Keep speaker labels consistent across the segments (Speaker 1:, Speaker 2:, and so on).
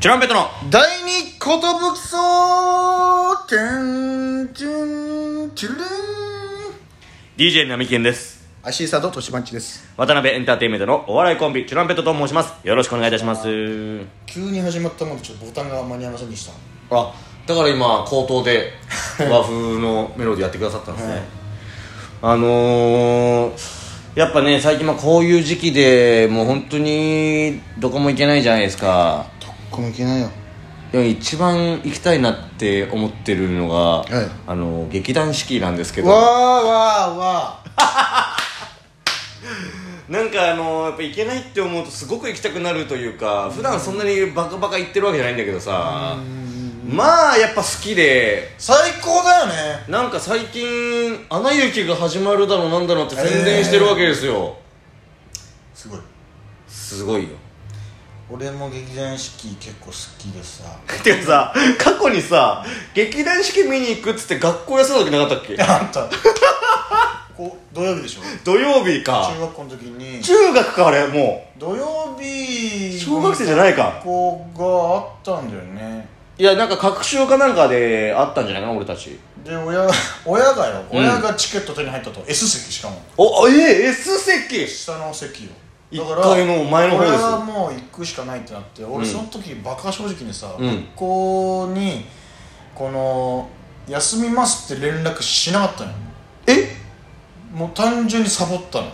Speaker 1: チュランペットの
Speaker 2: 第二ことぶきそうチュンチュンチュルン
Speaker 1: DJ 並木健です
Speaker 2: アシスタントとしまんちです
Speaker 1: 渡辺エンターテインメントのお笑いコンビチュランペットと申しますよろしくお願いいたします
Speaker 2: 急に始まったもんでちょっとボタンが間に合いませんでした
Speaker 3: あだから今口頭で和風のメロディーやってくださったんですね、
Speaker 2: はい
Speaker 3: あのー、やっぱね最近まあこういう時期でもう本当にどこも行けないじゃないですか
Speaker 2: どこもいけないよ
Speaker 3: でも一番行きたいなって思ってるのが、
Speaker 2: い
Speaker 3: あの劇団四季なんですけ
Speaker 2: わー
Speaker 3: ど
Speaker 2: わーわ
Speaker 3: なんかあのーやっぱ行けないって思うとすごく行きたくなるというか普段そんなにバカバカ行ってるわけじゃないんだけどさまあやっぱ好きで
Speaker 2: ー最高だよね
Speaker 3: なんか最近「アナ雪」が始まるだろうなんだろうって宣伝してるわけですよ、
Speaker 2: すごい
Speaker 3: すごいよ
Speaker 2: 俺も劇団四季結構好きでさ
Speaker 3: てかさ過去にさ劇団四季見に行くっつって学校休んだ時なかったっけ
Speaker 2: あんたこう土曜日でしょ
Speaker 3: 土曜日
Speaker 2: 中
Speaker 3: か
Speaker 2: 学校の時に
Speaker 3: 中学かあれも
Speaker 2: 土曜日
Speaker 3: う小学生じゃないか
Speaker 2: 校があったんだよね
Speaker 3: いやなんか隔週かなんかであったんじゃないかな俺たち
Speaker 2: で親が親がよ、
Speaker 3: うん
Speaker 2: 親がチケット手に入ったと S 席しかも
Speaker 3: おええ S 席
Speaker 2: 下の席よ
Speaker 3: 一階の前の方ですよ
Speaker 2: 俺はもう行くしかないってなって俺その時バカ正直にさ、
Speaker 3: うん
Speaker 2: 学校にこの休みますって連絡しなかったのよ
Speaker 3: え
Speaker 2: もう単純にサボったの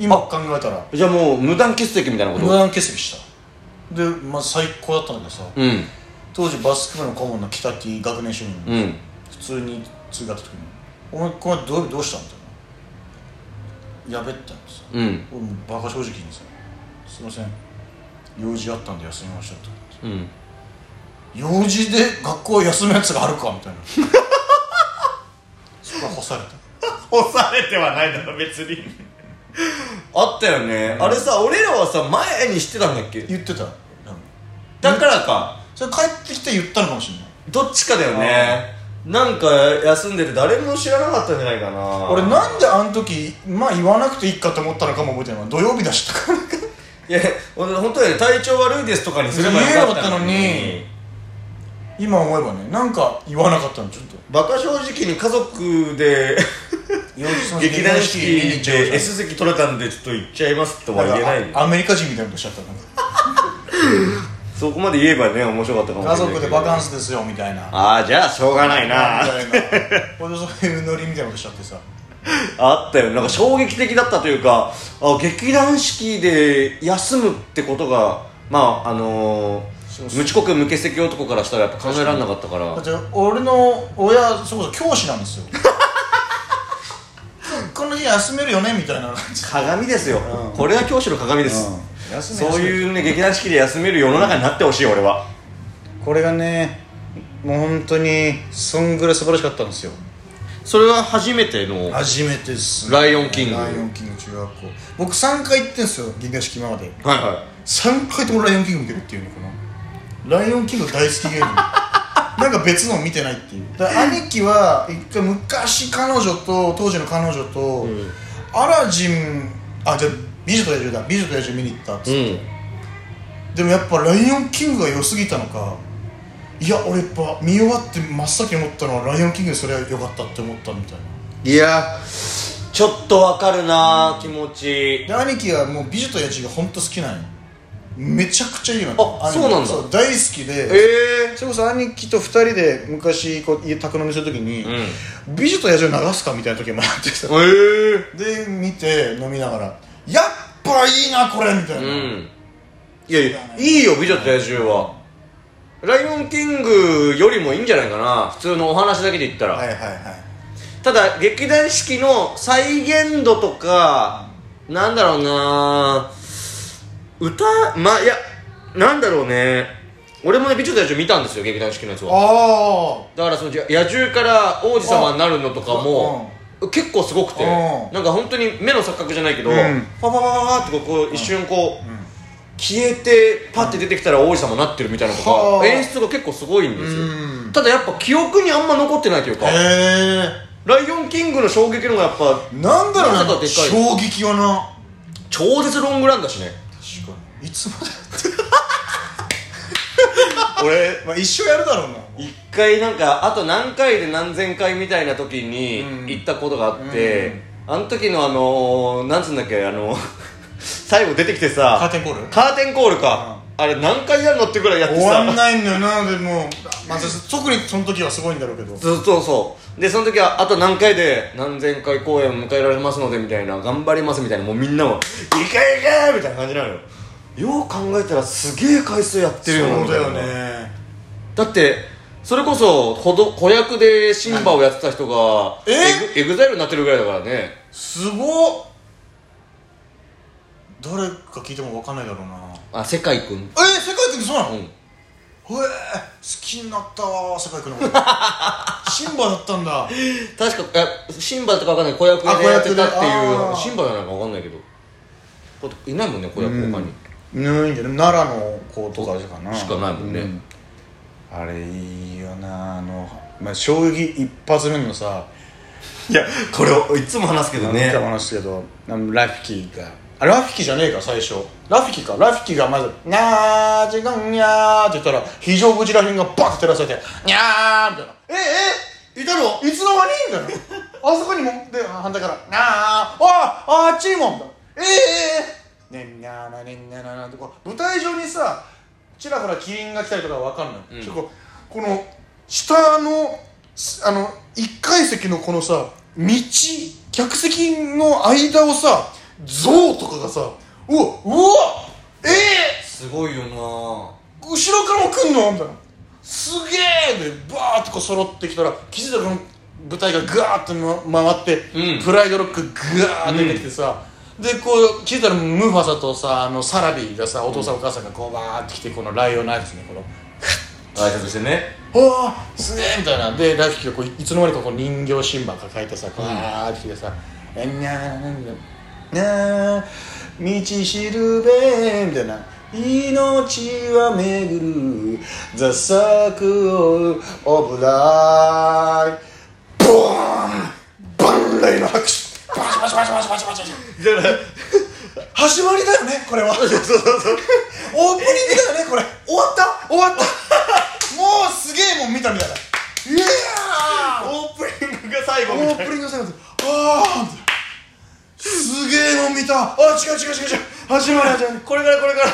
Speaker 2: 今考えたら
Speaker 3: じゃあもう無断欠席みたいなこ
Speaker 2: 無
Speaker 3: と
Speaker 2: 断欠席したでまあ最高だったんだけどさ
Speaker 3: うん
Speaker 2: 当時バスケ部の顧問の北木学年主任、
Speaker 3: うん
Speaker 2: 普通に通学った時に「お前この土曜日どうしたん?」みたいな「やべ」って言ったんですよ
Speaker 3: うん
Speaker 2: 俺もうバカ正直にさ「すいません用事あったんで休みました」って
Speaker 3: うん
Speaker 2: 言って用事で学校休むやつがあるかみたいなそこが干された
Speaker 3: 干されてはないだろ別にあったよね、あれさ俺らはさ前にしてたんだっけ
Speaker 2: 言ってた多分
Speaker 3: だからか
Speaker 2: それ帰ってきて言ったのかもしれない
Speaker 3: どっちかだよねなんか休んでて誰も知らなかったんじゃないかな
Speaker 2: 俺なんであの時まあ言わなくていいかって思ったのかも覚えてない土曜日だしだから
Speaker 3: いや俺本当はね体調悪いですとかにすればよかったのに
Speaker 2: 言えよ今思えばねなんか言わなかったのちょっと
Speaker 3: バカ正直に家族 で
Speaker 2: 用事すいません
Speaker 3: 劇団四季
Speaker 2: 劇団四季見に行っちゃいまし
Speaker 3: で
Speaker 2: た
Speaker 3: S 席取れたんでちょっと行っちゃいますとは言えない
Speaker 2: あアメリカ人みたいなことしちゃったなんか
Speaker 3: そこまで言えばね面白かったかもしれな
Speaker 2: 家
Speaker 3: い
Speaker 2: 族でバカン
Speaker 3: ス
Speaker 2: スですよみたいな
Speaker 3: ああじゃあしょうがないな
Speaker 2: みたいな俺そういうノリみたいなことしちゃってさ
Speaker 3: あったよなんか衝撃的だったというかあ劇団四季で休むってことがまああの
Speaker 2: そう
Speaker 3: ー、
Speaker 2: そう
Speaker 3: 無遅刻無欠席男からしたらやっぱ考えられなかったから
Speaker 2: だって俺の親それこそ教師な んですよこの日休めるよねみたいな感じ
Speaker 3: 鏡ですよ、
Speaker 2: うん
Speaker 3: これが教師の鏡です、
Speaker 2: 休
Speaker 3: そう
Speaker 2: う
Speaker 3: いうね劇団四季で休める世の中になってほしい俺は
Speaker 2: これがねもう本当にそんぐらい素晴らしかったんですよ
Speaker 3: それは初めてのはい
Speaker 2: 初めてです
Speaker 3: ライオンキング
Speaker 2: ライオンキング中学校僕3回行ってんすよ銀河式今まで
Speaker 3: は
Speaker 2: 3回ともライオンキング見てるっていうのかなライオンキング大好き芸人 なんか別の見てないっていうだから兄貴は一回昔彼女と当時の彼女と、アラジンあじゃあ美女と野獣だ美女と野獣見に行ったっつっ
Speaker 3: い
Speaker 2: て、
Speaker 3: うん
Speaker 2: でもやっぱライオンキングが良すぎたのかいや俺やっぱ見終わって真っ先に思ったのはライオンキングでそれは良かったって思ったみたい
Speaker 3: いやちょっとわかるな気持ち
Speaker 2: なで兄貴はもう美女と野獣が本当好きなんよめちゃくちゃいいの
Speaker 3: あそうなんだ
Speaker 2: 大好きで
Speaker 3: ええ
Speaker 2: それこそ兄貴と二人で昔こう家宅飲みするときに、美女と野獣流すかみたいな時もあってさ
Speaker 3: ええ
Speaker 2: で見て飲みながらやっぱいいなこれみたいな、
Speaker 3: うんいやいやいいよ「美女と野獣は」ライオンキング」よりもいいんじゃないかな普通のお話だけで言ったら、
Speaker 2: はいはいはい
Speaker 3: ただ劇団四季の再現度とかなんだろうな歌まあいやなんだろうね俺もね「美女と野獣」見たんですよ劇団四季のやつは
Speaker 2: あ
Speaker 3: だからそのじゃ野獣から王子様になるのとかも結構すごくて
Speaker 2: うん
Speaker 3: なんか本当に目の錯覚じゃないけど
Speaker 2: うん
Speaker 3: パパパパパってこう一瞬こう消えてパッて出てきたら王子様になってるみたいなと
Speaker 2: は
Speaker 3: か
Speaker 2: あ
Speaker 3: 演出が結構すごいんですよ
Speaker 2: うん
Speaker 3: ただやっぱ記憶にあんま残ってないというか
Speaker 2: あへ
Speaker 3: ライオンキングの衝撃のがやっぱ
Speaker 2: えなんだろう
Speaker 3: まさ
Speaker 2: な
Speaker 3: かでっかい
Speaker 2: 衝撃はな
Speaker 3: 超絶ロングランだしね
Speaker 2: 確かにいつまで俺、 まあ、一生やるだろうな
Speaker 3: 一回なんかあと何回で何千回みたいな時に
Speaker 2: うん
Speaker 3: 行ったことがあって、あの時のあのー、 なんつうんだっけあの最後出てきてさ
Speaker 2: カーテンコール
Speaker 3: カーテンコールか、あれ何回やるのってぐらいやって
Speaker 2: 終わん
Speaker 3: さ
Speaker 2: ないんだよなでもまあ特にその時はすごいんだろうけど
Speaker 3: そうそうそうでその時はあと何回で何千回公演を迎えられますのでみたいな頑張りますみたいなもうみんなも「いけいけ!」みたいな感じなのよよう考えたらすげえ回数やってるよな
Speaker 2: そうだよ
Speaker 3: みたいな
Speaker 2: ね
Speaker 3: だってそれこそほど子役でシンバをやってた人が
Speaker 2: え
Speaker 3: エグエグザイルになってるぐらいだからね
Speaker 2: すごっ誰か聞いても分かんないだろうな
Speaker 3: あ世界くん
Speaker 2: え世界的そうな
Speaker 3: う
Speaker 2: の、へえ
Speaker 3: ん
Speaker 2: 好きになったわ世界 君のことシンバだったんだ
Speaker 3: 確かえシンバとかわかんない子役で
Speaker 2: あ子
Speaker 3: やっ
Speaker 2: 役
Speaker 3: て
Speaker 2: で
Speaker 3: たってい
Speaker 2: あー
Speaker 3: うシンバじゃないかわかんないけどいないもんね子役他に、
Speaker 2: うんじゃない奈良の子とかかな
Speaker 3: しかないもんね
Speaker 2: うあれいいよなあの、まあ、衝撃一発目のさ
Speaker 1: いや これをいつも話すけどね
Speaker 2: 何回も話したけどあのラフィキーがあラフィキじゃねえか最初ラフィキかラフィキがまず「なあ時間やー」って言ったら非常口らへんがバッて照らされて「にゃー」みたいな「ええいたのいつの間に?」みたいな「あそこにも」で反対から「なああああっちにも」みたいな「ええええねんにゃーなねんにゃーなな」ってこう舞台上にさちらほらキリンが来たりとかわかんない、そここの下のすあの1階席のこのさ道客席の間をさ象とかがさうわうわええ
Speaker 3: すごいよな
Speaker 2: 後ろからも来んのみたいなすげえでバーってこう揃ってきたら気づいたらこの舞台がガーってま回って、
Speaker 3: うん
Speaker 2: プライドロックガーって出てきてさ、でこう気づいたらムーファサとさあのサラビがさお父さんお母さんがこうバーって来てこのライオンの挨拶ねこの
Speaker 3: 挨拶してね
Speaker 2: おーすげえみたいなでラフキーがこういいつの間にかこう人形新聞抱えてさこうあーってきてさ「えんにゃーなんだなあ道しるべ」みたいな「命は巡る雑作をオブライ」ボーン万来の拍手パチパチパチパチパチパチパチ始まりだよねこれはオープニングだよねこれ終わった終わったもうすげえもん見たみたいないや
Speaker 3: オープニングが最後
Speaker 2: ーオープニング最後でああすげえもん見たあ違う違う違う違う始まり始まり
Speaker 3: これからこれから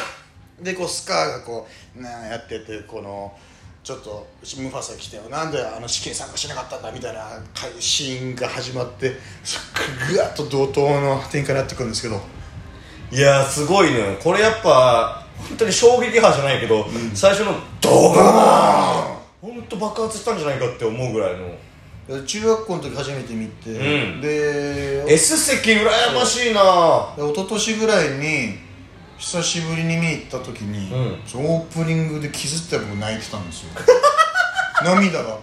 Speaker 2: でこうスカーがこうなあやっててこのちょっとムファサ来てよなんであの試験参加しなかったんだみたいな会シーンが始まってそっからぐわっと怒涛の展開になってくるんですけど
Speaker 1: いやすごいねこれやっぱ本当に衝撃波じゃないけど、最初のドバーン本当爆発したんじゃないかって思うぐらいの
Speaker 2: 中学校の時初めて見て、
Speaker 1: うん
Speaker 2: で
Speaker 1: S 席羨ましいな
Speaker 2: で一昨年ぐらいに久しぶりに見に行った時に、
Speaker 1: うん
Speaker 2: そのオープニングで気づいたら僕泣いてたんですよ 涙がもう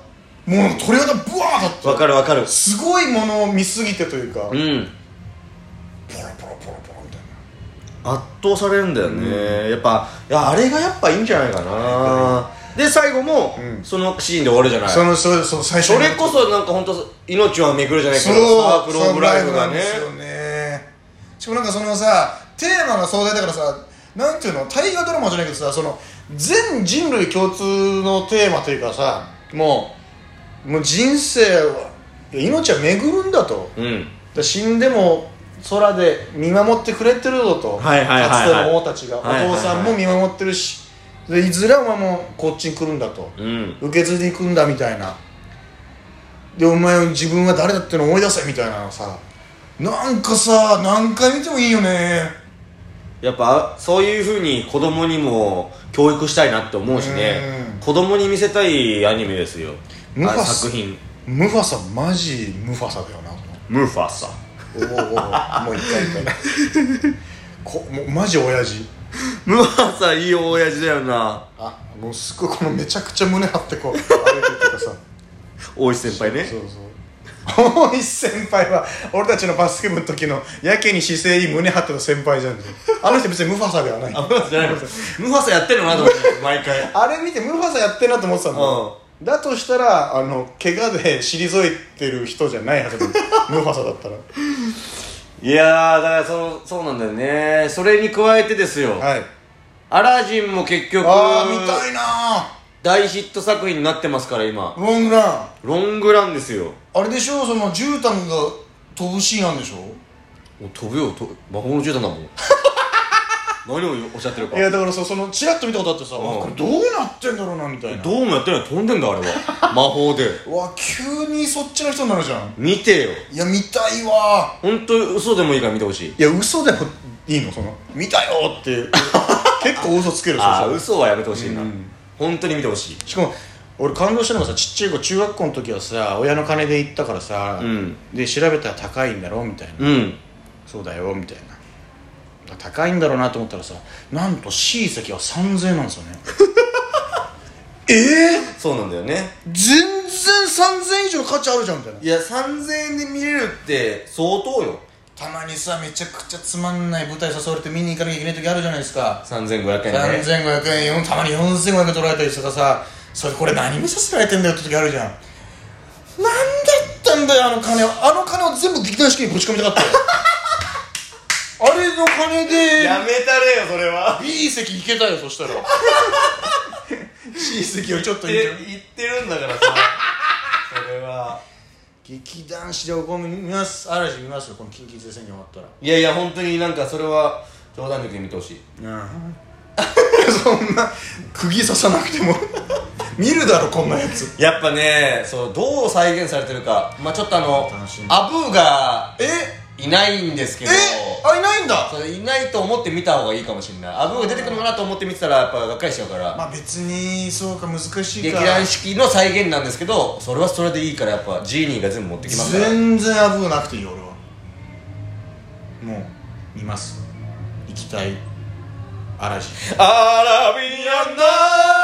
Speaker 2: 鳥肌ブワーだった
Speaker 1: わかるわかる
Speaker 2: すごいものを見すぎてというか、ポロ
Speaker 3: うん
Speaker 2: ポロポロポロみたい
Speaker 1: 圧倒されるんだよね、やっぱいやあれがやっぱいいんじゃないかなで最後も、
Speaker 2: うん
Speaker 1: そのシーンで終わるじゃない
Speaker 2: な、そのそその最初
Speaker 3: それこそなんか本当命はめくるじゃないけ
Speaker 2: そう
Speaker 3: どサークルオブライフ
Speaker 2: サ
Speaker 3: が
Speaker 2: ークルオ
Speaker 3: ね
Speaker 2: ブライフなんですよねしかもなんかそのさテーマが壮大だからさなんていうの大河ドラマじゃないけどさその全人類共通のテーマというかさもうもう人生はいや命は巡るんだと
Speaker 1: うん
Speaker 2: で死んでも空で見守ってくれてるぞと、
Speaker 1: はいはいはいはい
Speaker 2: かつての王たちが、
Speaker 1: はいはいはい
Speaker 2: お父さんも見守ってるしでいずれお前もこっちに来るんだと、
Speaker 1: うん
Speaker 2: 受け継いでいくんだみたいなでお前自分は誰だってのを思い出せみたいなのさなんかさ何回見てもいいよね
Speaker 1: やっぱそういうふうに子供にも教育したいなって思うしね
Speaker 2: うん
Speaker 1: 子供に見せたいアニメですよ
Speaker 2: ムファ
Speaker 1: あ
Speaker 2: ス
Speaker 1: 作品
Speaker 2: ムファサマジムファサだよな
Speaker 1: ムファサ
Speaker 2: おおおおもう一回一回こもうマジ親父
Speaker 1: ムファサいい親父だよな
Speaker 2: あもうすごいこのめちゃくちゃ胸張ってこう歩いてとかさ
Speaker 1: 大石先輩ね
Speaker 2: そうそう大石先輩は俺たちのバスケ部の時のやけに姿勢いい胸張ってた先輩じゃんあの人別にムファサではない
Speaker 1: あムファサじゃないのムファサやってるのかなと思って毎回
Speaker 2: あれ見てムーファさんやってるなと思ってたんだよ、だとしたらあの怪我で退いてる人じゃないは ずだムーファさんだったら
Speaker 1: いやーだからそのそうなんだよねそれに加えてですよ
Speaker 2: はい
Speaker 1: アラジンも結局
Speaker 2: ああ見たいな
Speaker 3: 大ヒット作品になってますから今
Speaker 2: ロングラ
Speaker 3: ロングランですよ
Speaker 2: ンあれでしょその絨毯が飛ぶシーンあるんでしょ
Speaker 3: もう飛ぶよと魔法の絨毯だも ん何をおっしゃってるか
Speaker 2: いやだからさそのチラッと見たことあってさ、
Speaker 3: ん
Speaker 2: わこれどうなってんだろうなみたいな
Speaker 3: どうもやってない飛んでんだあれ は魔法で
Speaker 2: うわ急にそっちの人になるじゃん
Speaker 3: 見てよ
Speaker 2: いや見たいわ
Speaker 3: 本当嘘でもいいから見てほしい
Speaker 2: いや嘘でもいいのその見たよって 結構嘘つけるでしょ
Speaker 3: ああ
Speaker 2: それ
Speaker 3: 嘘はやめてほしいな本当に見てほしい
Speaker 2: しかも俺感動したのがさちっちゃい子中学校の時はさ親の金で行ったからさ、
Speaker 3: うん
Speaker 2: で調べたら高いんだろみたいな、
Speaker 3: うん
Speaker 2: そうだよみたいな高いんだろうなと思ったらさなんと C 席は3000円なんですよねええ
Speaker 3: そうなんだよね
Speaker 2: 全然3000円以上の価値あるじゃんみたいない
Speaker 3: や3000円で見れるって相当よ
Speaker 2: たまにさめちゃくちゃつまんない舞台誘われて見に行かなきゃいけない時あるじゃないですか
Speaker 3: 3500円ね
Speaker 2: 3500円よたまに4500円取られたりとかさそれこれ何見させられてんだよって時あるじゃんなんだったんだよあの金をあの金を全部劇団四季にぶち込みたかったよ あれの金で
Speaker 1: やめたれよそれは
Speaker 2: B 席行けたよ そしたら C 席をちょっと行
Speaker 1: で
Speaker 2: け
Speaker 1: 言ってるんだからさそれは
Speaker 2: 劇団四季でお米見ます嵐見ますよこの緊急事態宣言終わったら
Speaker 3: いやいや本当になんかそれは冗談抜きで見てほしい
Speaker 2: そんな釘刺さなくても見るだろこんなやつ
Speaker 3: やっぱねそうどう再現されてるかまあちょっとあの
Speaker 2: 楽しみ
Speaker 3: アブーが
Speaker 2: え
Speaker 3: いないんですけ
Speaker 2: え
Speaker 3: ど
Speaker 2: あいないんだ
Speaker 3: それいないと思って見た方がいいかもしれないアブーが出てくるのかなと思って見てたらやっぱがっかりしちゃうから、
Speaker 2: まあ別にそうか難しい
Speaker 3: 劇
Speaker 2: か
Speaker 3: 団四季の再現なんですけどそれはそれでいいからやっぱジーニーが全部持ってきますから
Speaker 2: 全然危なくていいよ俺はもう見ます行きたい嵐
Speaker 3: アラビアンナ